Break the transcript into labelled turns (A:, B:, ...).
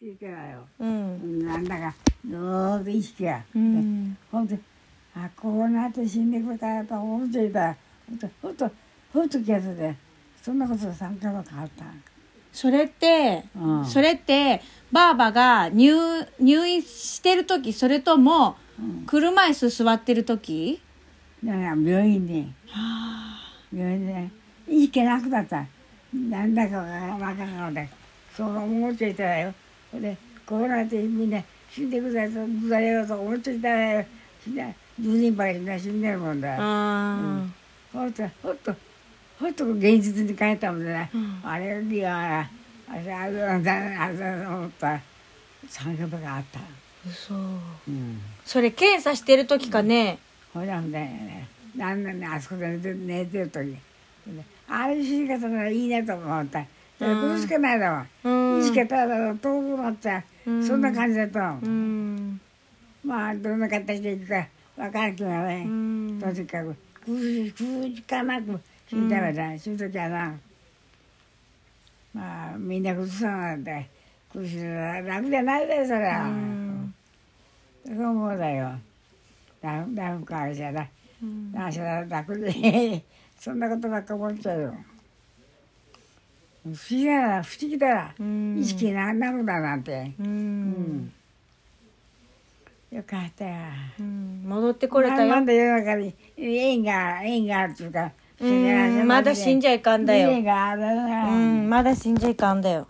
A: 言うからよ。
B: うん。
A: なんだか、どうぞ意識が。
B: うん。
A: ほんと、あ、こうなって死んでくれたらと思っていた。ほんと、ほんと、ほんと気がするで。そんなこと三回は変わった。
B: それって、
A: うん
B: それって、ばあばが入、入院してる時、それとも、車椅子座ってる時
A: だから病院に、病院で、意識なくなった。なんだかわからなかった。そう思っていたらよ。ほんで、こうなってみんな死んでくれたらよと思っていたらよ。死んだ、10人ばかりみんな死んでるもんだ。
B: あ
A: ほんと、ほんと、ほんと現実に変えたもんね。
B: うん
A: あれよりは、あれ、あれ、あれ、あれ、あれ、思った。三角があった。
B: あ。嘘。
A: うん。
B: それ検査してる時かね。
A: ほら、みたいなね。なんなんね、あそこで寝て寝てるとき。あれ死に方ならいいなと思った。苦しくないだ
B: う
A: ろ
B: ん。
A: ん。意識ただろう、遠くなった。そ
B: う
A: ん
B: ん
A: な感じだと思う。
B: うん。
A: まあ、どんな形でいくか、わからんけど
B: う
A: ね。
B: ん。
A: とにかく、苦し苦しかなく死んだから、死ぬときはな。まあ、みんな苦しそうなんで、苦しいのは楽じゃないで、それは。そう思うだよ。だ、だんかあれじゃない。
B: うん
A: あそれは楽でそんなことばっか思っちゃうよ不思議だな不思議だな、
B: うん
A: 意識ななくだなんて、
B: う。
A: うんよかったよ
B: うん戻ってこれた
A: ま
B: よ。
A: だ世の中に縁が縁があるというか
B: うんまだ死んじ
A: ゃ
B: ゃいかんだよ。
A: があるな
B: うん、まだ死んじゃいかんだよ。